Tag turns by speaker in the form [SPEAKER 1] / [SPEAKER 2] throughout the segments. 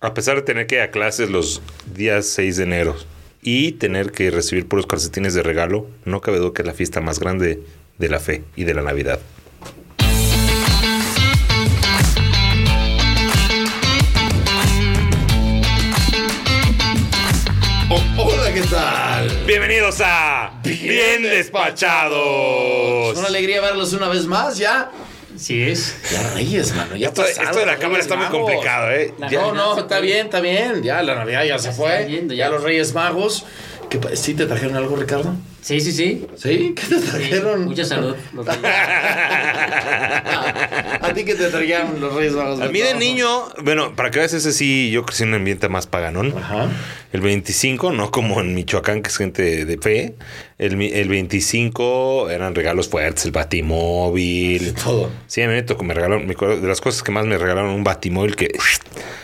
[SPEAKER 1] A pesar de tener que ir a clases los días 6 de enero y tener que recibir puros calcetines de regalo, no cabe duda que es la fiesta más grande de la fe y de la Navidad. Oh,
[SPEAKER 2] hola, ¿qué tal?
[SPEAKER 1] Bienvenidos a Bien, Despachados.
[SPEAKER 2] Es una alegría verlos una vez más, ya.
[SPEAKER 3] Sí es.
[SPEAKER 2] Ya reyes, mano. Ya
[SPEAKER 1] Esto,
[SPEAKER 2] pasaron,
[SPEAKER 1] esto de la
[SPEAKER 2] ya
[SPEAKER 1] cámara está muy
[SPEAKER 2] vamos.
[SPEAKER 1] complicado, ¿eh?
[SPEAKER 3] La
[SPEAKER 1] Ya-
[SPEAKER 2] No,
[SPEAKER 3] Navidad
[SPEAKER 2] no,
[SPEAKER 3] se
[SPEAKER 2] está
[SPEAKER 3] fue.
[SPEAKER 2] bien, está bien. Ya la Navidad ya se
[SPEAKER 3] se
[SPEAKER 2] fue.
[SPEAKER 3] está yendo,
[SPEAKER 2] ya.
[SPEAKER 3] ya.
[SPEAKER 2] los Reyes Magos. ¿Qué pa- ¿Sí te trajeron algo, Ricardo?
[SPEAKER 3] Sí, sí, sí.
[SPEAKER 2] ¿Sí? ¿Qué te
[SPEAKER 3] Sí.
[SPEAKER 2] trajeron?
[SPEAKER 3] Mucha salud. los reyes.
[SPEAKER 2] ¿A ti qué te trajeron los Reyes Magos?
[SPEAKER 1] A mí de
[SPEAKER 2] Ricardo?
[SPEAKER 1] niño, bueno, para que veas ese sí, yo crecí en un ambiente más paganón.
[SPEAKER 2] Ajá.
[SPEAKER 1] El 25, no como en Michoacán, que es gente de fe. El, mi- el 25 eran regalos fuertes, el batimóvil.
[SPEAKER 2] Todo.
[SPEAKER 1] Sí, a mí me tocó, me regalaron, me acuerdo de las cosas que más me regalaron, un batimóvil que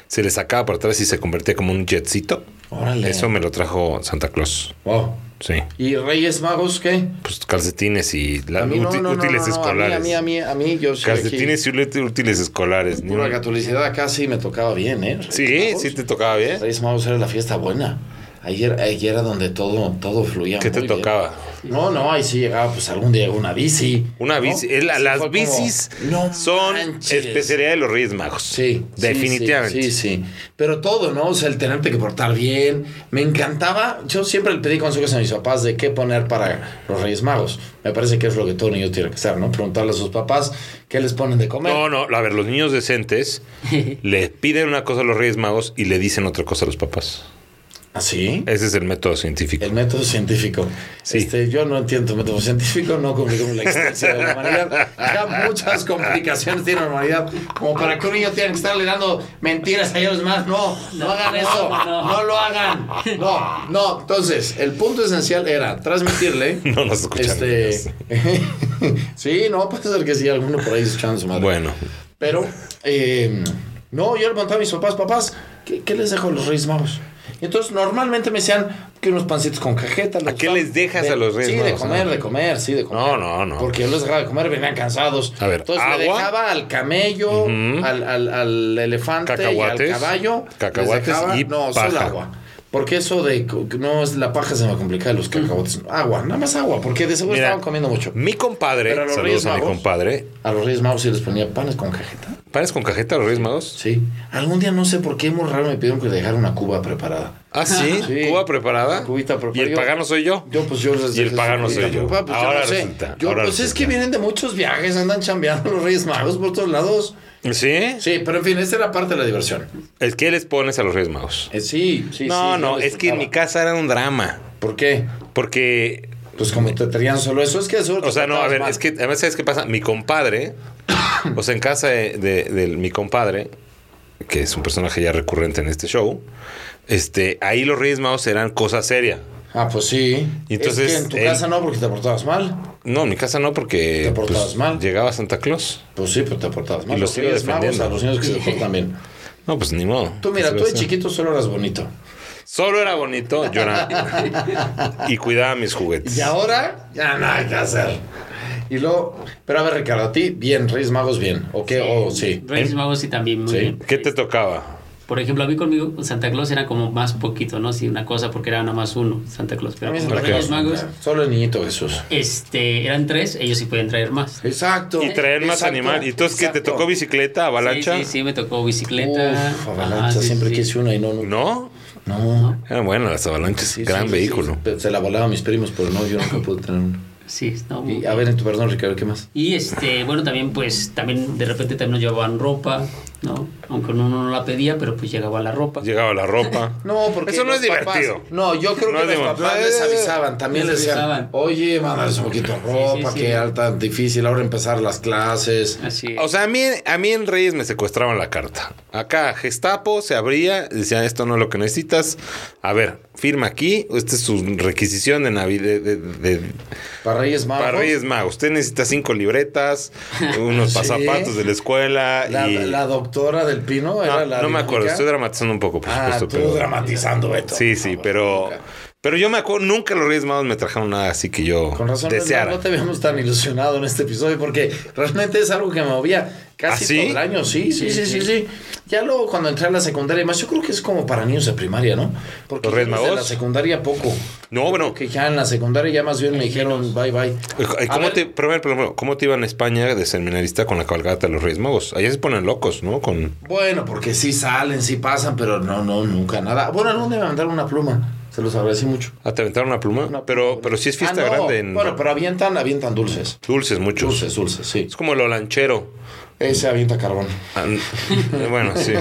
[SPEAKER 1] se le sacaba para atrás y se convertía como un jetcito.
[SPEAKER 2] Órale.
[SPEAKER 1] Eso me lo trajo Santa Claus.
[SPEAKER 2] Wow.
[SPEAKER 1] Sí.
[SPEAKER 2] ¿Y Reyes Magos qué?
[SPEAKER 1] Pues calcetines y la-
[SPEAKER 2] A mí no,
[SPEAKER 1] úti-
[SPEAKER 2] no, no,
[SPEAKER 1] útiles
[SPEAKER 2] no, no, a mí,
[SPEAKER 1] escolares.
[SPEAKER 2] A mí, a mí, a mí, yo sí. aquí-
[SPEAKER 1] calcetines y úti- útiles escolares. Ni
[SPEAKER 2] Pura
[SPEAKER 1] una-
[SPEAKER 2] catolicidad casi me tocaba bien, ¿eh?
[SPEAKER 1] Sí, sí te tocaba ¿eh? bien.
[SPEAKER 2] Reyes Magos era la fiesta buena. Ayer, ayer era donde todo, todo fluía.
[SPEAKER 1] ¿Qué te
[SPEAKER 2] muy bien.
[SPEAKER 1] tocaba?
[SPEAKER 2] No, no, ahí sí llegaba, pues algún día una bici.
[SPEAKER 1] Una
[SPEAKER 2] ¿no?
[SPEAKER 1] bici. es la-
[SPEAKER 2] Sí,
[SPEAKER 1] las
[SPEAKER 2] fue como,
[SPEAKER 1] bicis
[SPEAKER 2] "No
[SPEAKER 1] son
[SPEAKER 2] manches".
[SPEAKER 1] especialidad de los Reyes Magos.
[SPEAKER 2] Sí, sí,
[SPEAKER 1] Definitivamente.
[SPEAKER 2] Sí, sí, sí. Pero todo, ¿no? O sea, el tenerte que portar bien. Me encantaba. Yo siempre le pedí consejos a mis papás de qué poner para los Reyes Magos. Me parece que es lo que todo niño tiene que hacer, ¿no? Preguntarle a sus papás qué les ponen de comer.
[SPEAKER 1] No, no. A ver, los niños decentes les piden una cosa a los Reyes Magos y le dicen otra cosa a los papás.
[SPEAKER 2] ¿Ah, ¿Así?
[SPEAKER 1] Ese es el método científico.
[SPEAKER 2] El método científico.
[SPEAKER 1] Sí.
[SPEAKER 2] Este, yo no entiendo el método científico, no cumplido con la existencia de la humanidad. Ya muchas complicaciones tiene la humanidad. Como para que un niño tenga que estarle dando mentiras a ellos más. No, no hagan eso. No,
[SPEAKER 3] no.
[SPEAKER 2] lo hagan. No, no. Entonces, el punto esencial era transmitirle.
[SPEAKER 1] No nos escuchan.
[SPEAKER 2] Este, sí, no, puede ser que sí, alguno por ahí escuchando a su madre.
[SPEAKER 1] Bueno,
[SPEAKER 2] Pero, eh, no, yo le preguntaba a mis papás, papás, ¿qué, qué les dejo a los Reyes Magos? Y Entonces, normalmente me decían que unos pancitos con cajeta. los
[SPEAKER 1] qué
[SPEAKER 2] fam-
[SPEAKER 1] les dejas a los Reyes
[SPEAKER 2] sí,
[SPEAKER 1] Magos,
[SPEAKER 2] de comer,
[SPEAKER 1] no?
[SPEAKER 2] de comer, sí, de comer.
[SPEAKER 1] No, no, no.
[SPEAKER 2] Porque yo les dejaba de comer, venían cansados.
[SPEAKER 1] A ver,
[SPEAKER 2] Entonces, le
[SPEAKER 1] agua.
[SPEAKER 2] dejaba al camello, al, al- al elefante y
[SPEAKER 1] Cacahuates.
[SPEAKER 2] al caballo. les
[SPEAKER 1] Cacahuates
[SPEAKER 2] dejaba-
[SPEAKER 1] y
[SPEAKER 2] No, solo
[SPEAKER 1] paja.
[SPEAKER 2] agua. Porque eso de... co- No, es la paja se me complica, los cacahuates. Agua, nada más agua, porque de seguro
[SPEAKER 1] mira,
[SPEAKER 2] estaban comiendo mucho.
[SPEAKER 1] Mi compadre,
[SPEAKER 2] Pero a los
[SPEAKER 1] saludos
[SPEAKER 2] Reyes
[SPEAKER 1] a mi
[SPEAKER 2] Magos.
[SPEAKER 1] compadre.
[SPEAKER 2] A los Reyes Magos sí les ponía panes con cajeta.
[SPEAKER 1] ¿Pares con cajeta a los Reyes Magos?
[SPEAKER 2] Sí. Algún día no sé por qué muy raro me pidieron que dejara una cuba preparada.
[SPEAKER 1] Ah, sí.
[SPEAKER 2] Sí.
[SPEAKER 1] Cuba preparada.
[SPEAKER 2] Una cubita preparada.
[SPEAKER 1] Y el
[SPEAKER 2] Yo-
[SPEAKER 1] pagano soy yo.
[SPEAKER 2] Yo pues yo les
[SPEAKER 1] Y el
[SPEAKER 2] dejé
[SPEAKER 1] pagano
[SPEAKER 2] su
[SPEAKER 1] soy
[SPEAKER 2] comida
[SPEAKER 1] yo.
[SPEAKER 2] preparada, pues, yo
[SPEAKER 1] Ahora
[SPEAKER 2] no sé.
[SPEAKER 1] resulta,
[SPEAKER 2] Yo,
[SPEAKER 1] ahora
[SPEAKER 2] pues es
[SPEAKER 1] resulta.
[SPEAKER 2] que vienen de muchos viajes, andan chambeando los Reyes Magos por todos lados.
[SPEAKER 1] ¿Sí?
[SPEAKER 2] Sí, pero en fin, esta era parte de la diversión.
[SPEAKER 1] ¿Es que les pones a los Reyes Magos?
[SPEAKER 2] Eh, sí, sí,
[SPEAKER 1] no,
[SPEAKER 2] sí, yo
[SPEAKER 1] no,
[SPEAKER 2] les
[SPEAKER 1] es que en mi
[SPEAKER 2] contaba.
[SPEAKER 1] casa era un drama.
[SPEAKER 2] ¿Por qué?
[SPEAKER 1] Porque,
[SPEAKER 2] Pues como te traían solo eso, es que eso.
[SPEAKER 1] o sea, no, a ver, es que, además, ¿sabes qué pasa? Mi compadre, o sea, en casa de, de- de mi compadre, que es un personaje ya recurrente en este show, este, ahí los Reyes Magos eran cosa seria.
[SPEAKER 2] Ah, pues sí.
[SPEAKER 1] Y entonces,
[SPEAKER 2] Es que en tu
[SPEAKER 1] él-
[SPEAKER 2] casa no, porque te portabas mal.
[SPEAKER 1] No, en mi casa no, porque pues,
[SPEAKER 2] Te portabas mal.
[SPEAKER 1] llegaba Santa Claus.
[SPEAKER 2] Pues sí, pero te portabas mal.
[SPEAKER 1] Y lo sigo
[SPEAKER 2] Reyes Magos
[SPEAKER 1] defendiendo.
[SPEAKER 2] A los niños que se portan bien.
[SPEAKER 1] No, pues ni modo.
[SPEAKER 2] Tú,
[SPEAKER 1] ¿Qué
[SPEAKER 2] mira,
[SPEAKER 1] se va
[SPEAKER 2] tú
[SPEAKER 1] a
[SPEAKER 2] de
[SPEAKER 1] hacer?
[SPEAKER 2] chiquito solo eras bonito.
[SPEAKER 1] Solo era bonito, yo era- y cuidaba mis juguetes.
[SPEAKER 2] Y ahora ya nada que hacer. Y luego, pero a ver, Ricardo, a ti, bien, Reyes Magos, bien. ¿O qué? Oh, sí.
[SPEAKER 3] Reyes Magos sí también, muy
[SPEAKER 2] Sí.
[SPEAKER 3] bien.
[SPEAKER 1] ¿Qué te tocaba?
[SPEAKER 3] Por ejemplo, a mí conmigo pues, Santa Claus era como más poquito, ¿no? Sí, una cosa porque era nada más uno, Santa Claus. Pero
[SPEAKER 2] También
[SPEAKER 3] como los
[SPEAKER 2] Santa
[SPEAKER 3] Reyes
[SPEAKER 2] Claus.
[SPEAKER 3] Magos,
[SPEAKER 2] Solo el niñito Jesús.
[SPEAKER 3] este, eran tres, ellos sí pueden traer más.
[SPEAKER 2] Exacto.
[SPEAKER 1] Y traer más
[SPEAKER 2] Exacto,
[SPEAKER 1] animal. ¿Y entonces qué? ¿Te
[SPEAKER 2] exacto.
[SPEAKER 1] tocó bicicleta, avalancha?
[SPEAKER 3] Sí, sí, sí, me tocó bicicleta.
[SPEAKER 2] Uf,
[SPEAKER 3] Ajá,
[SPEAKER 2] avalancha,
[SPEAKER 3] sí,
[SPEAKER 2] siempre
[SPEAKER 3] sí.
[SPEAKER 2] quise una y no, no.
[SPEAKER 1] ¿No?
[SPEAKER 2] No.
[SPEAKER 1] Eran buenas las avalanchas.
[SPEAKER 2] Sí,
[SPEAKER 1] Gran
[SPEAKER 2] sí, sí,
[SPEAKER 1] vehículo.
[SPEAKER 2] sí, pero Se la volaban mis primos, pero no, yo nunca pude tener una.
[SPEAKER 3] Sí, no,
[SPEAKER 2] Y, a ver, en tu perdón, Ricardo, ¿qué más?
[SPEAKER 3] Y este, bueno, también pues, también de repente también nos llevaban ropa, ¿no? Aunque uno no la pedía, pero pues llegaba la ropa.
[SPEAKER 1] Llegaba la ropa.
[SPEAKER 2] No, porque
[SPEAKER 1] Eso no es
[SPEAKER 2] los papás-
[SPEAKER 1] divertido.
[SPEAKER 2] no, yo creo
[SPEAKER 1] No
[SPEAKER 2] que
[SPEAKER 1] es
[SPEAKER 2] los
[SPEAKER 1] divertido.
[SPEAKER 2] papás les avisaban, también
[SPEAKER 3] Eh, Les
[SPEAKER 2] les decían,
[SPEAKER 3] avisaban.
[SPEAKER 2] oye, mándales un poquito de ropa,
[SPEAKER 3] sí, Eh. sí.
[SPEAKER 2] que era tan difícil ahora empezar las clases.
[SPEAKER 3] Así es.
[SPEAKER 1] O sea, a mí, a mí en Reyes me secuestraban la carta. Acá Gestapo se abría, decía, esto no es lo que necesitas. A ver, firma aquí. Esta es su requisición de Navidad. De, de- de-
[SPEAKER 2] Para Reyes Magos.
[SPEAKER 1] para Reyes Magos. Usted necesita cinco libretas, unos
[SPEAKER 2] Sí.
[SPEAKER 1] pasapatos de la escuela.
[SPEAKER 2] La,
[SPEAKER 1] y...
[SPEAKER 2] la doctora del Pino
[SPEAKER 1] no,
[SPEAKER 2] era la.
[SPEAKER 1] no me
[SPEAKER 2] dinámica.
[SPEAKER 1] acuerdo, estoy dramatizando un poco, por
[SPEAKER 2] Ah,
[SPEAKER 1] supuesto.
[SPEAKER 2] tú
[SPEAKER 1] pero...
[SPEAKER 2] dramatizando, Beto.
[SPEAKER 1] Sí, sí,
[SPEAKER 2] No,
[SPEAKER 1] pero,
[SPEAKER 2] nunca.
[SPEAKER 1] Pero yo me acuerdo, nunca los Reyes Magos me trajeron nada así que yo
[SPEAKER 2] Con razón, no-
[SPEAKER 1] deseara.
[SPEAKER 2] No, te habíamos tan ilusionado en este episodio porque realmente es algo que me movía casi
[SPEAKER 1] ¿Ah, sí?
[SPEAKER 2] todo el año. Sí, sí, sí, sí, sí, Ya luego cuando entré a la secundaria, y más yo creo que es como para niños de primaria, ¿no? Porque
[SPEAKER 1] ¿Los Reyes
[SPEAKER 2] niños de
[SPEAKER 1] Magos?
[SPEAKER 2] la secundaria poco.
[SPEAKER 1] No, bueno,
[SPEAKER 2] Que ya en la secundaria ya más bien me dijeron bye bye.
[SPEAKER 1] Eh,
[SPEAKER 2] A
[SPEAKER 1] ¿Cómo
[SPEAKER 2] ver,
[SPEAKER 1] te, pero, a ver, por ejemplo, ¿Cómo te iba en España de seminarista con la cabalgata de los Reyes Magos? Allá se ponen locos, ¿no? Con
[SPEAKER 2] Bueno, porque sí salen, sí pasan, pero no, no, nunca nada. Bueno, ¿a dónde me mandaron una pluma? Se los agradecí mucho.
[SPEAKER 1] ah, te aventaron una pluma.
[SPEAKER 2] Una
[SPEAKER 1] pero,
[SPEAKER 2] pluma.
[SPEAKER 1] pero sí es fiesta
[SPEAKER 2] Ah, no.
[SPEAKER 1] grande en
[SPEAKER 2] Bueno, pero avientan, avientan dulces.
[SPEAKER 1] dulces, muchos.
[SPEAKER 2] Dulces, dulces, sí.
[SPEAKER 1] Es como el olanchero.
[SPEAKER 2] Ese avienta carbón.
[SPEAKER 1] Ah, n- bueno, sí.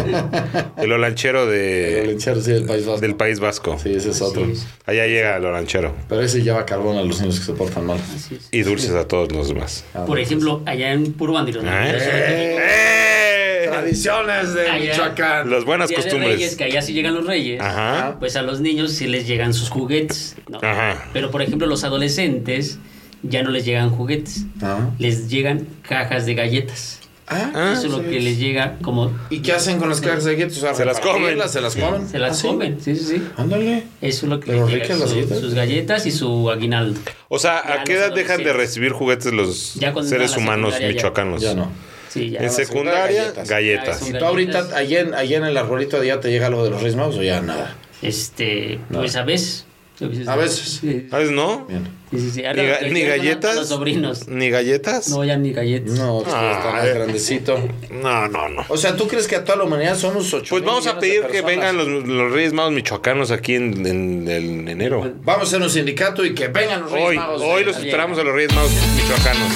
[SPEAKER 1] El olanchero
[SPEAKER 2] El
[SPEAKER 1] de,
[SPEAKER 2] olenchero, sí, del País Vasco.
[SPEAKER 1] Eh, del País Vasco.
[SPEAKER 2] Sí, ese es otro.
[SPEAKER 3] Así es.
[SPEAKER 1] Allá llega el olanchero.
[SPEAKER 2] Pero ese lleva carbón a los niños que se portan mal.
[SPEAKER 3] Así es.
[SPEAKER 1] Y dulces a todos los demás.
[SPEAKER 2] Ah,
[SPEAKER 3] Por
[SPEAKER 2] bueno.
[SPEAKER 3] ejemplo, allá en Puro Bandido.
[SPEAKER 2] Ah,
[SPEAKER 3] ¿no?
[SPEAKER 1] ¿Eh? ¡Eh!
[SPEAKER 2] Tradiciones de
[SPEAKER 3] Allá.
[SPEAKER 2] Michoacán.
[SPEAKER 1] Las buenas
[SPEAKER 3] Día de Reyes,
[SPEAKER 1] costumbres.
[SPEAKER 3] que allá sí llegan los Reyes.
[SPEAKER 2] Ah.
[SPEAKER 1] Ajá.
[SPEAKER 3] Pues a los niños sí les llegan sus juguetes. ¿no?
[SPEAKER 1] Ajá.
[SPEAKER 3] Pero por ejemplo, los adolescentes ya no les llegan juguetes.
[SPEAKER 2] Ah.
[SPEAKER 3] Les llegan cajas de galletas.
[SPEAKER 2] Ah.
[SPEAKER 3] Eso es lo que les llega como
[SPEAKER 2] ¿Y qué hacen con las cajas de galletas? O sea,
[SPEAKER 1] Se las
[SPEAKER 2] repartirlas,
[SPEAKER 1] comen.
[SPEAKER 2] Se las comen.
[SPEAKER 3] se las
[SPEAKER 2] Ah, ¿sí?
[SPEAKER 3] comen. Sí, sí, sí.
[SPEAKER 2] Ándale.
[SPEAKER 3] Eso es lo que
[SPEAKER 2] Pero
[SPEAKER 3] les llega,
[SPEAKER 2] ricas las
[SPEAKER 3] su-
[SPEAKER 2] galletas.
[SPEAKER 3] sus galletas y su aguinaldo.
[SPEAKER 1] O sea,
[SPEAKER 3] Ya
[SPEAKER 1] ¿a qué
[SPEAKER 3] los
[SPEAKER 1] edad dejan de
[SPEAKER 3] adolescentes.
[SPEAKER 1] recibir juguetes los
[SPEAKER 3] Ya cuando
[SPEAKER 1] seres
[SPEAKER 3] entran a la
[SPEAKER 1] humanos
[SPEAKER 3] secundaria ya.
[SPEAKER 1] michoacanos?
[SPEAKER 2] Ya no.
[SPEAKER 3] Sí, ya.
[SPEAKER 1] En
[SPEAKER 2] la
[SPEAKER 1] secundaria,
[SPEAKER 2] secundaria,
[SPEAKER 1] galletas.
[SPEAKER 3] galletas.
[SPEAKER 2] Si tú ahorita, allá en, allá en el arbolito, ya te llega algo de los Reyes Magos o ya nada.
[SPEAKER 3] Este,
[SPEAKER 2] No.
[SPEAKER 3] pues a veces. A veces.
[SPEAKER 2] A veces.
[SPEAKER 3] Sí,
[SPEAKER 1] ¿Sabes, no?
[SPEAKER 2] Bien.
[SPEAKER 3] sí, sí, sí.
[SPEAKER 1] Ni,
[SPEAKER 3] Ahora
[SPEAKER 1] ga-
[SPEAKER 3] lo que
[SPEAKER 1] ni
[SPEAKER 3] quieren son a-
[SPEAKER 1] galletas.
[SPEAKER 3] a Los sobrinos.
[SPEAKER 1] Ni galletas.
[SPEAKER 3] No, ya ni galletas.
[SPEAKER 2] No, usted está más
[SPEAKER 1] Ah.
[SPEAKER 2] grandecito.
[SPEAKER 1] No, no, no.
[SPEAKER 2] O sea, ¿tú crees que a toda la humanidad somos ocho?
[SPEAKER 1] Pues
[SPEAKER 2] mil
[SPEAKER 1] vamos a
[SPEAKER 2] millones de
[SPEAKER 1] pedir que
[SPEAKER 2] personas?
[SPEAKER 1] vengan los, los Reyes Magos michoacanos aquí en, en- en enero.
[SPEAKER 2] Vamos a hacer un sindicato y que vengan los Reyes
[SPEAKER 1] Hoy,
[SPEAKER 2] Magos.
[SPEAKER 1] hoy
[SPEAKER 2] de-
[SPEAKER 1] los esperamos a los Reyes Magos michoacanos.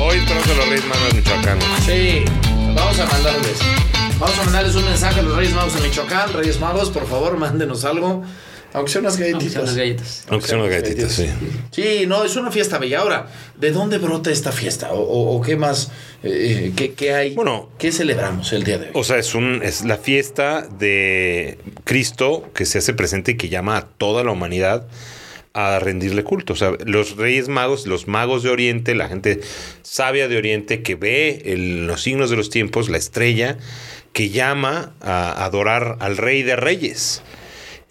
[SPEAKER 1] Hoy esperamos a los Reyes Magos michoacanos.
[SPEAKER 2] Sí, vamos a mandarles. Vamos a mandarles un mensaje a los Reyes Magos de Michoacán. Reyes Magos, por favor, mándenos algo. Aunque sean unas
[SPEAKER 3] Aunque sean las
[SPEAKER 2] galletitas.
[SPEAKER 3] galletas.
[SPEAKER 1] Aunque sean los galletitas, sí.
[SPEAKER 2] Sí, no, es una fiesta bella. Ahora, ¿de dónde brota esta fiesta? ¿O, o- o qué más? eh, eh, qué, qué hay?
[SPEAKER 1] Bueno.
[SPEAKER 2] ¿Qué celebramos el día de hoy?
[SPEAKER 1] O sea, es, un, es la fiesta de Cristo que se hace presente y que llama a toda la humanidad a rendirle culto. O sea, los reyes magos, los magos de Oriente, la gente sabia de Oriente que ve el- los signos de los tiempos, la estrella, que llama a adorar al rey de reyes.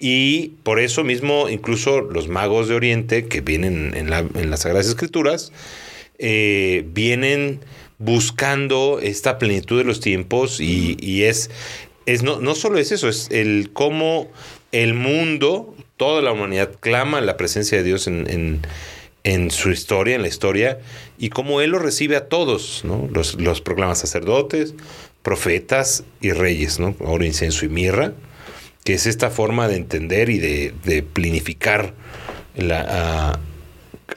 [SPEAKER 1] Y por eso mismo, incluso los magos de Oriente que vienen en, la- en las Sagradas Escrituras, eh, vienen buscando esta plenitud de los tiempos y, y es, es no, no solo es eso, es el cómo el mundo, toda la humanidad clama la presencia de Dios en, en- en su historia, en la historia, y cómo Él los recibe a todos, ¿no? Los, los proclama sacerdotes, profetas y reyes, ¿no? Oro, incenso y mirra que es esta forma de entender y de, de plinificar la, a,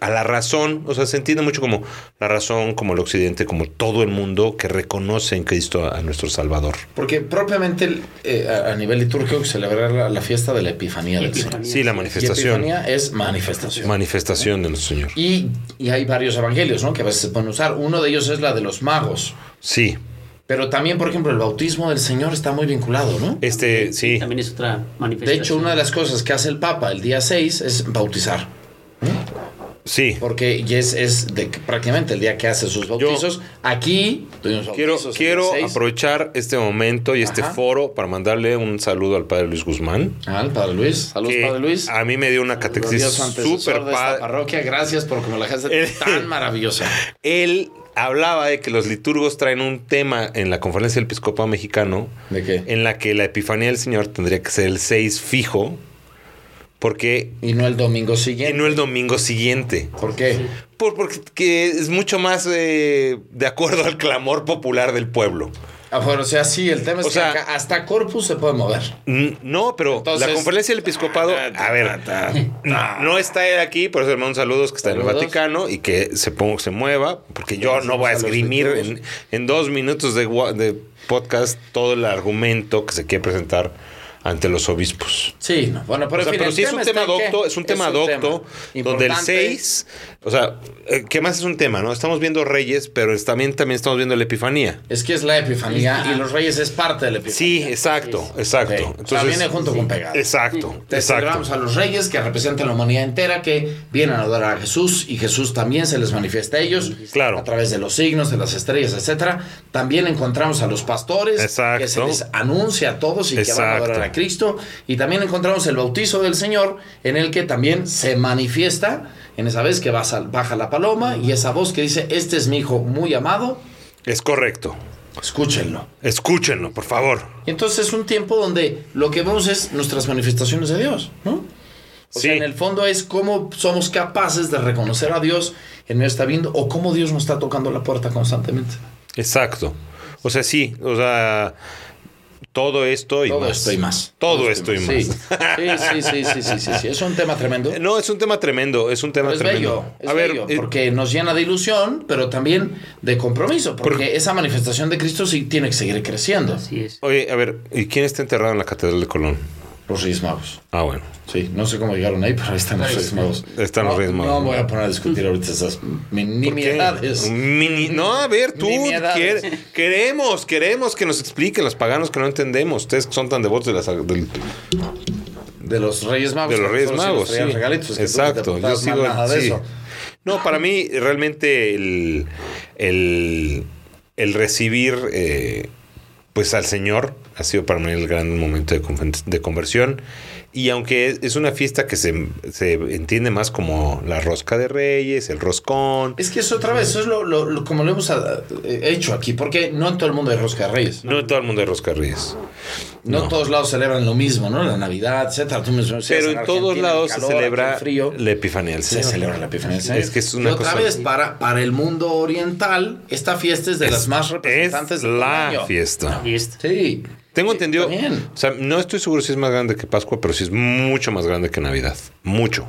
[SPEAKER 1] a la razón, o sea, se entiende mucho como la razón, como el occidente, como todo el mundo que reconoce en Cristo a, a nuestro Salvador.
[SPEAKER 2] Porque propiamente eh, a, a nivel litúrgico celebrar la, la fiesta de la Epifanía del Señor.
[SPEAKER 3] Epifanía.
[SPEAKER 1] Sí, la
[SPEAKER 2] Y
[SPEAKER 1] manifestación.
[SPEAKER 2] Epifanía es manifestación.
[SPEAKER 1] Manifestación de nuestro Señor.
[SPEAKER 2] y, y hay varios evangelios, ¿no? Que a veces se pueden usar. Uno de ellos es la de los magos.
[SPEAKER 1] Sí,
[SPEAKER 2] Pero también, por ejemplo, el bautismo del Señor está muy vinculado, ¿no?
[SPEAKER 1] este, sí.
[SPEAKER 3] También es otra
[SPEAKER 2] De
[SPEAKER 3] manifestación.
[SPEAKER 2] hecho, una de las cosas que hace el Papa el día 6 es bautizar.
[SPEAKER 1] Sí.
[SPEAKER 2] Porque ya es, es de, que prácticamente el día que hace sus bautizos. Aquí tuvimos
[SPEAKER 1] Quiero,
[SPEAKER 2] bautizos el
[SPEAKER 1] quiero
[SPEAKER 2] 6.
[SPEAKER 1] aprovechar este momento y este
[SPEAKER 2] Ajá.
[SPEAKER 1] foro para mandarle un saludo al padre Luis Guzmán.
[SPEAKER 2] Ah, el Padre Luis. Saludos,
[SPEAKER 1] que
[SPEAKER 2] Padre Luis.
[SPEAKER 1] A mí me dio una catequesis
[SPEAKER 2] Glorioso antecesor
[SPEAKER 1] súper
[SPEAKER 2] de esta
[SPEAKER 1] padre.
[SPEAKER 2] parroquia. Gracias por como la dejaste
[SPEAKER 1] El-
[SPEAKER 2] tan maravillosa.
[SPEAKER 1] Él hablaba de que los liturgos traen un tema en la conferencia del episcopado mexicano
[SPEAKER 2] ¿De qué?
[SPEAKER 1] en la que la epifanía del Señor tendría que ser el 6 fijo porque
[SPEAKER 2] Y no el domingo
[SPEAKER 1] y
[SPEAKER 2] siguiente.
[SPEAKER 1] no el domingo siguiente.
[SPEAKER 2] ¿Por qué?
[SPEAKER 1] Por, porque que es mucho más eh, de acuerdo al clamor popular del pueblo.
[SPEAKER 2] Ah, bueno, o sea, sí, el tema es
[SPEAKER 1] O
[SPEAKER 2] que
[SPEAKER 1] sea-
[SPEAKER 2] acá hasta Corpus se puede mover.
[SPEAKER 1] N- No, pero
[SPEAKER 2] Entonces-
[SPEAKER 1] la conferencia del episcopado, a ver, no, no está él aquí, por eso le mando un saludos que está en el
[SPEAKER 2] Saludos.
[SPEAKER 1] Vaticano y que se ponga, se mueva, porque yo no voy a
[SPEAKER 2] a los
[SPEAKER 1] esgrimir en,
[SPEAKER 2] liturgos.
[SPEAKER 1] en dos minutos de, gua- de podcast todo el argumento que se quiere presentar ante los obispos.
[SPEAKER 2] Sí, no. bueno, pero,
[SPEAKER 1] O sea,
[SPEAKER 2] en fin,
[SPEAKER 1] pero
[SPEAKER 2] el
[SPEAKER 1] sí es un
[SPEAKER 2] está
[SPEAKER 1] tema
[SPEAKER 2] en que
[SPEAKER 1] docto, es un tema docto,
[SPEAKER 2] tema
[SPEAKER 1] donde el
[SPEAKER 2] importante.
[SPEAKER 1] 6, o sea, eh, ¿qué más es un tema? no Estamos viendo reyes, pero es- también, también estamos viendo la epifanía.
[SPEAKER 2] Es que es la Epifanía
[SPEAKER 3] Sí.
[SPEAKER 2] y los Reyes es parte de la Epifanía.
[SPEAKER 1] Sí, exacto, exacto.
[SPEAKER 2] Ok, o sea, viene junto con pegado.
[SPEAKER 1] Exacto,
[SPEAKER 2] Te
[SPEAKER 1] exacto.
[SPEAKER 2] celebramos a los reyes que representan la humanidad entera, que vienen a adorar a Jesús y Jesús también se les manifiesta a ellos
[SPEAKER 1] Claro.
[SPEAKER 2] a través de los signos, de las estrellas, etcétera. También encontramos a los pastores
[SPEAKER 1] Exacto.
[SPEAKER 2] que se les anuncia a todos y que van a adorar a Cristo. Y también encontramos el bautizo del Señor, en el que también se manifiesta, en esa vez que baja, baja la paloma y esa voz que dice, este es mi hijo muy amado,
[SPEAKER 1] Es correcto.
[SPEAKER 2] escúchenlo.
[SPEAKER 1] Escúchenlo, por favor.
[SPEAKER 2] Y entonces es un tiempo donde lo que vemos es nuestras manifestaciones de Dios, ¿no? O sea,
[SPEAKER 1] Sí.
[SPEAKER 2] en el fondo es cómo somos capaces de reconocer a Dios en nuestra vida o cómo Dios nos está tocando la puerta constantemente.
[SPEAKER 1] Exacto. O sea, sí, o sea, todo esto y
[SPEAKER 2] Todo
[SPEAKER 1] más.
[SPEAKER 2] esto y más.
[SPEAKER 1] Todo esto y
[SPEAKER 2] Sí.
[SPEAKER 1] más. Eh,
[SPEAKER 2] Sí, sí, sí, sí, sí, sí, sí. Es un tema tremendo.
[SPEAKER 1] No, es un tema tremendo, es un tema
[SPEAKER 2] Pero es
[SPEAKER 1] tremendo.
[SPEAKER 2] bello, es
[SPEAKER 1] a ver,
[SPEAKER 2] bello,
[SPEAKER 1] eh,
[SPEAKER 2] porque nos llena de ilusión, pero también de compromiso, porque
[SPEAKER 1] Porque-
[SPEAKER 2] esa manifestación de Cristo sí tiene que seguir creciendo.
[SPEAKER 3] Así es.
[SPEAKER 1] oye, a ver, ¿y quién está enterrado en la Catedral de Colón?
[SPEAKER 2] Los Reyes Magos.
[SPEAKER 1] Ah, bueno.
[SPEAKER 2] Sí, no sé cómo llegaron ahí, pero ahí están los Reyes Magos.
[SPEAKER 1] Están los
[SPEAKER 2] No,
[SPEAKER 1] Reyes Magos.
[SPEAKER 2] No voy a poner a discutir ahorita esas
[SPEAKER 1] ¿Por qué?
[SPEAKER 2] nimiedades.
[SPEAKER 1] Mini- no, a ver, tú
[SPEAKER 2] Nimiedades.
[SPEAKER 1] quiere- queremos, queremos que nos expliquen los paganos que no entendemos. Ustedes que son tan devotos de las del-
[SPEAKER 2] De los Reyes Magos.
[SPEAKER 1] de los
[SPEAKER 2] que
[SPEAKER 1] Reyes
[SPEAKER 2] solo se les
[SPEAKER 1] Magos.
[SPEAKER 2] pues, traían
[SPEAKER 1] sí.
[SPEAKER 2] regalitos, que tú
[SPEAKER 1] Exacto,
[SPEAKER 2] no te
[SPEAKER 1] yo
[SPEAKER 2] apuntabas
[SPEAKER 1] sigo.
[SPEAKER 2] mal nada de
[SPEAKER 1] sí.
[SPEAKER 2] eso.
[SPEAKER 1] No, para mí realmente el, el, el recibir eh, pues al Señor ha sido para mí el gran momento de, conven- de conversión. Y aunque es, es una fiesta que se, se entiende más como la rosca de reyes, el roscón.
[SPEAKER 2] Es que es otra vez, eso es lo, lo- lo- como lo hemos ah, eh, hecho aquí, porque no en todo el mundo hay rosca de Reyes.
[SPEAKER 1] No todo el mundo es rosca de reyes.
[SPEAKER 2] No,
[SPEAKER 1] No.
[SPEAKER 2] todos lados celebran lo mismo, ¿no? La Navidad, etcétera. Tú me decías,
[SPEAKER 1] Pero
[SPEAKER 2] en
[SPEAKER 1] en todos
[SPEAKER 2] Argentina, el
[SPEAKER 1] lados
[SPEAKER 2] calor,
[SPEAKER 1] se
[SPEAKER 2] aquí
[SPEAKER 1] celebra
[SPEAKER 2] el frío.
[SPEAKER 1] la epifanía del
[SPEAKER 2] se
[SPEAKER 1] Señor.
[SPEAKER 2] celebra la Epifanía del Señor.
[SPEAKER 1] Es que es una
[SPEAKER 2] y otra
[SPEAKER 1] cosa-
[SPEAKER 2] vez, para, para el mundo oriental, esta fiesta es de las más representantes
[SPEAKER 1] es
[SPEAKER 2] del
[SPEAKER 1] la
[SPEAKER 2] año.
[SPEAKER 1] fiesta.
[SPEAKER 3] Y esto.
[SPEAKER 2] Sí.
[SPEAKER 1] Tengo
[SPEAKER 2] Sí,
[SPEAKER 1] entendido,
[SPEAKER 2] está bien.
[SPEAKER 1] o sea, no estoy seguro si es más grande que Pascua, pero sí es mucho más grande que Navidad. Mucho.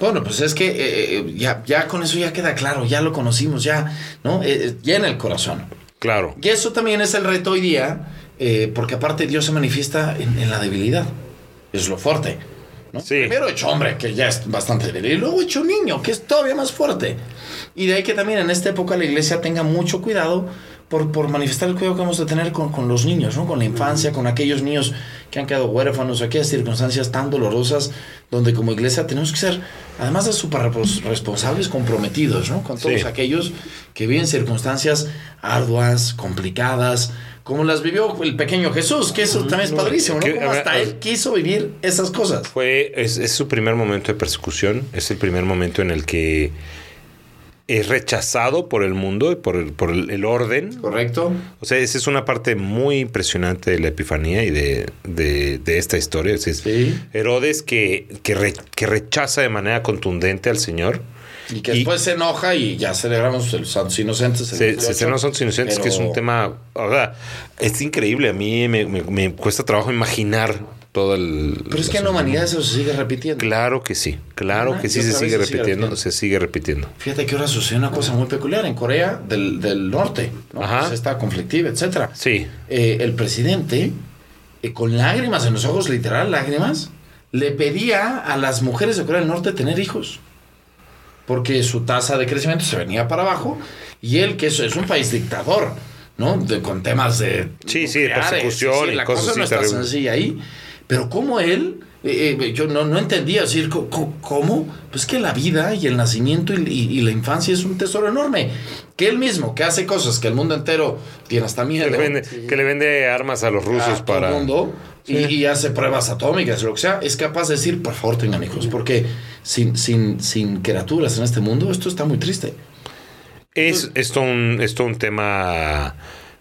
[SPEAKER 2] Bueno, pues es que eh, eh, ya, ya con eso ya queda claro, ya lo conocimos, ya, ¿no? Eh, eh, llena el corazón.
[SPEAKER 1] Claro.
[SPEAKER 2] Y eso también es el reto hoy día, eh, porque aparte Dios se manifiesta en, en la debilidad. Es lo fuerte. ¿no?
[SPEAKER 1] Sí.
[SPEAKER 2] Primero hecho hombre, que ya es bastante débil, y luego hecho niño, que es todavía más fuerte. Y de ahí que también en esta época la iglesia tenga mucho cuidado por, por manifestar el cuidado que vamos a tener con, con los niños, ¿no? con la infancia, con aquellos niños que han quedado huérfanos, aquellas circunstancias tan dolorosas, donde como iglesia tenemos que ser, además de súper repos- responsables, comprometidos ¿no? con todos
[SPEAKER 1] Sí.
[SPEAKER 2] aquellos que viven circunstancias arduas, complicadas, como las vivió el pequeño Jesús, que eso también es padrísimo, ¿no?
[SPEAKER 1] que-
[SPEAKER 2] Como
[SPEAKER 1] a ver,
[SPEAKER 2] hasta
[SPEAKER 1] a ver.
[SPEAKER 2] él quiso vivir esas cosas.
[SPEAKER 1] Fue, es, es su primer momento de persecución, es el primer momento en el que es rechazado por el mundo y por el, por el, el orden.
[SPEAKER 2] ¿Correcto?
[SPEAKER 1] O sea, esa es una parte muy impresionante de la Epifanía y de, de- de esta historia. Es decir,
[SPEAKER 2] Sí.
[SPEAKER 1] Herodes que, que, re- que rechaza de manera contundente al Señor.
[SPEAKER 2] Y que después se enoja y ya celebramos los santos inocentes. el
[SPEAKER 1] Se,
[SPEAKER 2] 18,
[SPEAKER 1] se estrenan Los Santos Inocentes, que es
[SPEAKER 2] pero-
[SPEAKER 1] un tema. O sea, es increíble. A mí me, me- me cuesta trabajo imaginar todo el.
[SPEAKER 2] Pero es que en la humanidad eso se sigue repitiendo.
[SPEAKER 1] Claro que sí. Claro
[SPEAKER 2] Ajá,
[SPEAKER 1] que
[SPEAKER 2] y
[SPEAKER 1] sí se
[SPEAKER 2] otra vez
[SPEAKER 1] sigue
[SPEAKER 2] se sigue
[SPEAKER 1] repitiendo.
[SPEAKER 2] repitiendo.
[SPEAKER 1] Se sigue repitiendo.
[SPEAKER 2] Fíjate que ahora sucedió una cosa muy peculiar en Corea del, del Norte, ¿no?
[SPEAKER 1] Ajá.
[SPEAKER 2] Pues está conflictiva, etcétera.
[SPEAKER 1] Sí.
[SPEAKER 2] Eh, el presidente, eh, con lágrimas en los ojos, literal lágrimas, le pedía a las mujeres de Corea del Norte tener hijos. Porque su tasa de crecimiento se venía para abajo y él, que es, es un país dictador, ¿no? De- con temas de...
[SPEAKER 1] Sí, sí, de
[SPEAKER 2] nucleares,
[SPEAKER 1] persecución y
[SPEAKER 2] la
[SPEAKER 1] cosas
[SPEAKER 2] cosa
[SPEAKER 1] así
[SPEAKER 2] no está
[SPEAKER 1] terribles.
[SPEAKER 2] sencilla ahí. Pero como él... eh, eh, yo no, no entendía, es decir, co- co- ¿cómo? Pues que la vida y el nacimiento y, y- y la infancia es un tesoro enorme. Que él mismo, que hace cosas que el mundo entero tiene hasta miedo
[SPEAKER 1] Que le vende, que le vende armas a los rusos
[SPEAKER 2] a todo
[SPEAKER 1] para.
[SPEAKER 2] el mundo y, y hace pruebas atómicas, lo que sea, es capaz de decir, por favor, tengan hijos, porque sin, sin, sin criaturas en este mundo, esto está muy triste.
[SPEAKER 1] Es esto un, es todo un tema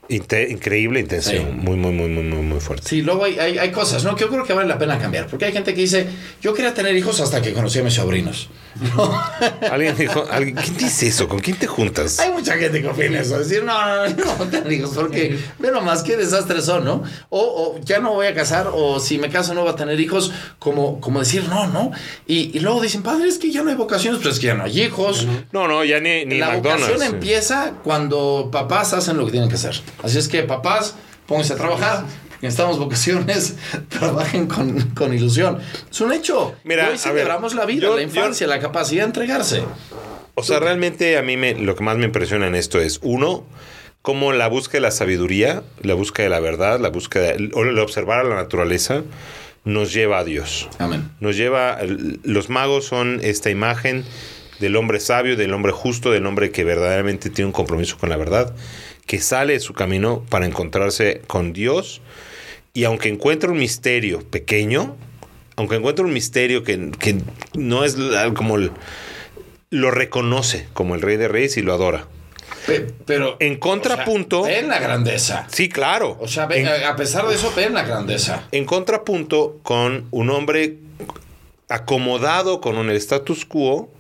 [SPEAKER 1] inte- increíble, intenso.
[SPEAKER 2] Sí.
[SPEAKER 1] Muy, muy, muy, muy, muy, muy fuerte.
[SPEAKER 2] Sí, luego hay, hay, hay cosas, ¿no? Que yo creo que vale la pena cambiar, porque hay gente que dice, yo quería tener hijos hasta que conocí a mis sobrinos.
[SPEAKER 1] Alguien dijo. alguien- ¿Quién dice eso? ¿Con quién te juntas?
[SPEAKER 2] Hay mucha gente que opina eso, decir, no, no, no, no, no tener hijos, porque, ve nomás, qué desastres son, ¿no? O, o ya no voy a casar, o si me caso no voy a tener hijos, como, como decir, no, no. Y, y luego dicen, padre, es que ya no hay vocaciones, pues es que ya no hay hijos.
[SPEAKER 1] No, no, ya ni, ni
[SPEAKER 2] la
[SPEAKER 1] McDonald's.
[SPEAKER 2] vocación empieza cuando papás hacen lo que tienen que hacer. Así es que papás, pónganse a trabajar. Necesitamos vocaciones, trabajen con, con ilusión. Es un hecho.
[SPEAKER 1] Mira,
[SPEAKER 2] Hoy
[SPEAKER 1] a
[SPEAKER 2] celebramos
[SPEAKER 1] ver,
[SPEAKER 2] la vida,
[SPEAKER 1] yo-
[SPEAKER 2] la infancia, la capacidad de entregarse.
[SPEAKER 1] O sea, realmente a mí me, lo que más me impresiona en esto es, uno, como la búsqueda de la sabiduría, la búsqueda de la verdad, la búsqueda, o el observar a la naturaleza, nos lleva a Dios.
[SPEAKER 2] Amén.
[SPEAKER 1] Nos lleva, los magos son esta imagen del hombre sabio, del hombre justo, del hombre que verdaderamente tiene un compromiso con la verdad, que sale de su camino para encontrarse con Dios Y aunque encuentre un misterio pequeño, aunque encuentre un misterio que, que no es la- como el- lo reconoce como el rey de reyes y lo adora.
[SPEAKER 2] Pe- pero.
[SPEAKER 1] En contrapunto-
[SPEAKER 2] o sea, ven la grandeza.
[SPEAKER 1] Sí, claro.
[SPEAKER 2] O sea, ven-
[SPEAKER 1] En-
[SPEAKER 2] a pesar de eso, ven la grandeza.
[SPEAKER 1] en contrapunto con un hombre acomodado con un status quo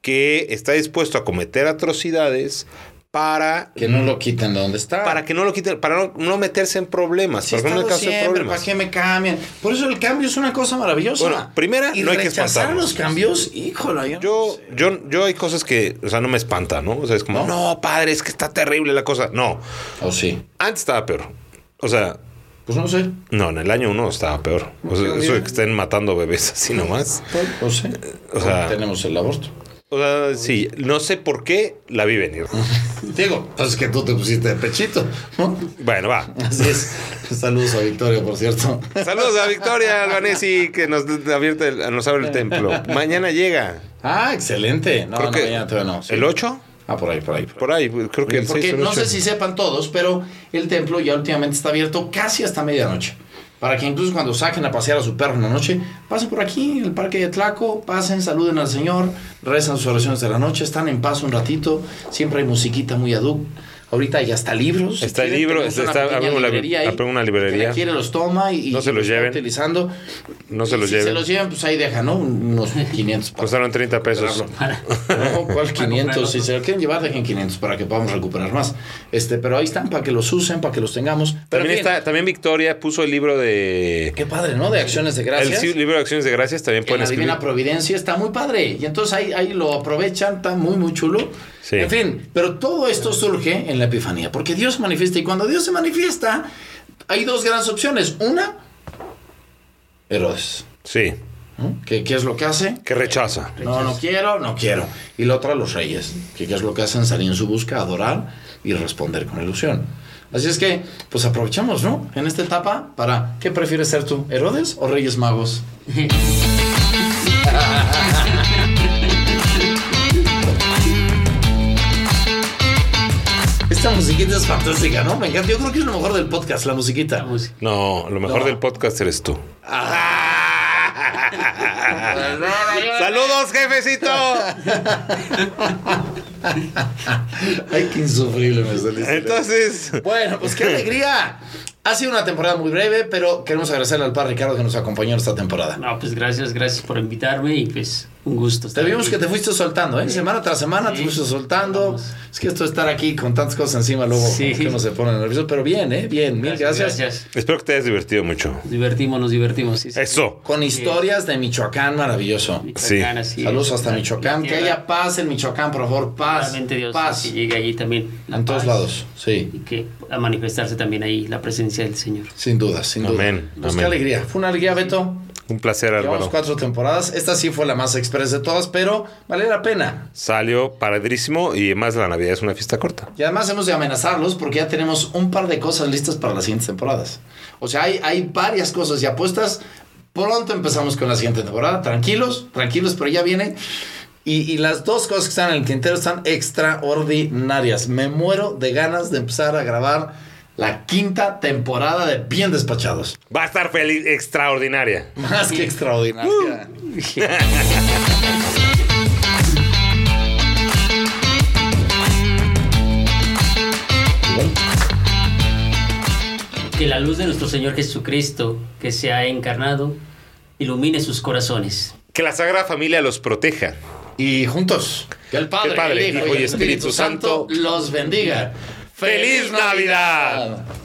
[SPEAKER 1] que está dispuesto a cometer atrocidades para,
[SPEAKER 2] Que no lo quiten de donde está.
[SPEAKER 1] para que no lo quiten, para no, no meterse en problemas.
[SPEAKER 2] Si he
[SPEAKER 1] para que no le
[SPEAKER 2] estado
[SPEAKER 1] causen
[SPEAKER 2] siempre,
[SPEAKER 1] problemas.
[SPEAKER 2] ¿Para qué me cambian? Por eso el cambio es una cosa maravillosa.
[SPEAKER 1] Bueno, primera,
[SPEAKER 2] Y
[SPEAKER 1] no hay que
[SPEAKER 2] rechazar
[SPEAKER 1] espantarnos.
[SPEAKER 2] los cambios, híjole. Yo,
[SPEAKER 1] Yo, yo, yo hay cosas que, o sea, no me espanta, ¿no? O sea, es como, no, padre, es que está terrible la cosa. No,
[SPEAKER 2] O Oh, sí.
[SPEAKER 1] antes estaba peor. O sea,
[SPEAKER 2] Pues no sé.
[SPEAKER 1] no, en el año uno estaba peor. O sea, eso de que estén matando bebés así nomás.
[SPEAKER 2] No sé.
[SPEAKER 1] O sea-
[SPEAKER 2] tenemos el aborto.
[SPEAKER 1] O sea, sí, no sé por qué la vi venir.
[SPEAKER 2] Diego, pues es que tú te pusiste de pechito. ¿no?
[SPEAKER 1] Bueno, va.
[SPEAKER 2] Así es. Saludos a Victoria, por cierto.
[SPEAKER 1] Saludos a Victoria Albanesi que nos, abierte el- nos abre el templo. Mañana llega.
[SPEAKER 2] Ah, excelente. No,
[SPEAKER 1] Creo
[SPEAKER 2] no,
[SPEAKER 1] que-
[SPEAKER 2] mañana todavía no. sí.
[SPEAKER 1] ¿El 8?
[SPEAKER 2] Ah, por ahí, por ahí. por ahí.
[SPEAKER 1] Por ahí, creo que el
[SPEAKER 2] Porque
[SPEAKER 1] 6 o el
[SPEAKER 2] no
[SPEAKER 1] 8.
[SPEAKER 2] sé si sepan todos, pero el templo ya últimamente está abierto casi hasta medianoche. Para que incluso cuando saquen a pasear a su perro en la noche, pasen por aquí, en el parque de Tlaco, pasen, saluden al Señor, rezan sus oraciones de la noche, están en paz un ratito, siempre hay musiquita muy aduc. Ahorita hay hasta libros. si
[SPEAKER 1] Está el
[SPEAKER 2] quieren,
[SPEAKER 1] libro,
[SPEAKER 2] tenemos
[SPEAKER 1] está-
[SPEAKER 2] una
[SPEAKER 1] está-
[SPEAKER 2] pequeña
[SPEAKER 1] abrimos la-
[SPEAKER 2] librería ahí,
[SPEAKER 1] abrimos una
[SPEAKER 2] que la
[SPEAKER 1] librería.
[SPEAKER 2] quiere los toma y
[SPEAKER 1] No se
[SPEAKER 2] y
[SPEAKER 1] los
[SPEAKER 2] está
[SPEAKER 1] lleven.
[SPEAKER 2] utilizando.
[SPEAKER 1] No se
[SPEAKER 2] Y
[SPEAKER 1] los
[SPEAKER 2] si
[SPEAKER 1] lleven.
[SPEAKER 2] se los lleven, pues ahí deja, ¿no? Unos 500 para
[SPEAKER 1] Costaron 30 pesos.
[SPEAKER 2] comprarlo.
[SPEAKER 3] Para-
[SPEAKER 2] No, ¿cuál
[SPEAKER 3] comprarlo.
[SPEAKER 2] 500? Si se lo quieren llevar, dejen 500 para que podamos recuperar más. Este, pero ahí están para que los usen, para que los tengamos. Pero
[SPEAKER 1] También,
[SPEAKER 2] bien,
[SPEAKER 1] está, también Victoria puso el libro de.
[SPEAKER 2] Qué padre, ¿no? De acciones de
[SPEAKER 1] El
[SPEAKER 2] gracias.
[SPEAKER 1] ci- libro de acciones de gracias también
[SPEAKER 2] en
[SPEAKER 1] pueden
[SPEAKER 2] la
[SPEAKER 1] escribir.
[SPEAKER 2] Divina Providencia está muy padre. Y entonces ahí, ahí lo aprovechan, está muy, muy chulo.
[SPEAKER 1] Sí.
[SPEAKER 2] En fin, pero todo esto surge en la Epifanía, porque Dios se manifiesta. Y cuando Dios se manifiesta, hay dos grandes opciones. Una, Herodes.
[SPEAKER 1] Sí,
[SPEAKER 2] ¿no? ¿Qué, ¿Qué es lo que hace?
[SPEAKER 1] que rechaza.
[SPEAKER 2] No, no quiero, no quiero. Y la otra, los reyes, que qué es lo que hacen, salir en su busca, adorar y responder con ilusión. Así es que, pues aprovechamos, ¿no? En esta etapa para, ¿qué prefieres ser tú, Herodes o Reyes Magos? Esta musiquita es fantástica, ¿no? Me encanta. Yo creo que es lo mejor del podcast, la musiquita.
[SPEAKER 3] Vamos.
[SPEAKER 1] No, lo mejor
[SPEAKER 2] No.
[SPEAKER 1] del podcast eres tú.
[SPEAKER 2] Ah.
[SPEAKER 1] ¡Saludos, jefecito!
[SPEAKER 2] Ay, qué insufrible me saliste.
[SPEAKER 1] Entonces,
[SPEAKER 2] Bueno, pues qué alegría. Ha sido una temporada muy breve, pero queremos agradecerle al padre Ricardo que nos acompañó en esta temporada.
[SPEAKER 3] No, pues gracias, gracias por invitarme y pues un gusto.
[SPEAKER 2] Te
[SPEAKER 3] estar
[SPEAKER 2] vimos
[SPEAKER 3] aquí.
[SPEAKER 2] que te fuiste soltando, ¿eh? Semana tras semana te
[SPEAKER 3] Sí.
[SPEAKER 2] fuiste soltando.
[SPEAKER 3] Vamos.
[SPEAKER 2] Es que esto de estar aquí con tantas cosas encima luego
[SPEAKER 3] Sí.
[SPEAKER 2] como que uno se pone nervioso, pero bien, ¿eh? Bien, mil gracias.
[SPEAKER 1] espero que te hayas divertido mucho.
[SPEAKER 3] Nos divertimos, nos divertimos. Sí, sí.
[SPEAKER 1] Eso.
[SPEAKER 2] Con historias de Michoacán, maravilloso.
[SPEAKER 3] Michoacán, así
[SPEAKER 2] Saludos
[SPEAKER 3] es.
[SPEAKER 2] hasta
[SPEAKER 3] La-
[SPEAKER 2] Michoacán.
[SPEAKER 3] la
[SPEAKER 2] Que
[SPEAKER 3] tierra,
[SPEAKER 2] haya paz en Michoacán, por favor, paz.
[SPEAKER 3] realmente Dios
[SPEAKER 2] paz.
[SPEAKER 3] que llegue allí también. la
[SPEAKER 2] En todos
[SPEAKER 3] paz.
[SPEAKER 2] lados, sí.
[SPEAKER 3] Y que a manifestarse también ahí la presencia del Señor.
[SPEAKER 2] Sin duda, sin duda.
[SPEAKER 1] Amén,
[SPEAKER 2] Pues qué
[SPEAKER 1] amén.
[SPEAKER 2] alegría. Fue una alegría, Beto.
[SPEAKER 1] Un placer,
[SPEAKER 2] Llevamos
[SPEAKER 1] Álvaro.
[SPEAKER 2] cuatro temporadas. Esta sí fue la más express de todas, pero vale la pena.
[SPEAKER 1] Salió paradrísimo y además la Navidad es una fiesta corta.
[SPEAKER 2] Y además hemos de amenazarlos porque ya tenemos un par de cosas listas para las siguientes temporadas. O sea, hay, hay varias cosas y apuestas. Pronto empezamos con la siguiente temporada. Tranquilos, tranquilos, pero ya viene. Y, y las dos cosas que están en el tintero están extraordinarias. Me muero de ganas de empezar a grabar la quinta temporada de Bien Despachados.
[SPEAKER 1] Va a estar feliz, extraordinaria.
[SPEAKER 2] Más que extraordinaria.
[SPEAKER 3] Que la luz de nuestro Señor Jesucristo, que se ha encarnado, ilumine sus corazones.
[SPEAKER 1] Que la Sagrada Familia los proteja.
[SPEAKER 2] Y juntos, que el Padre,
[SPEAKER 1] Que el Padre,
[SPEAKER 2] el Hijo y el Espíritu Santo los bendiga.
[SPEAKER 1] ¡Feliz Navidad!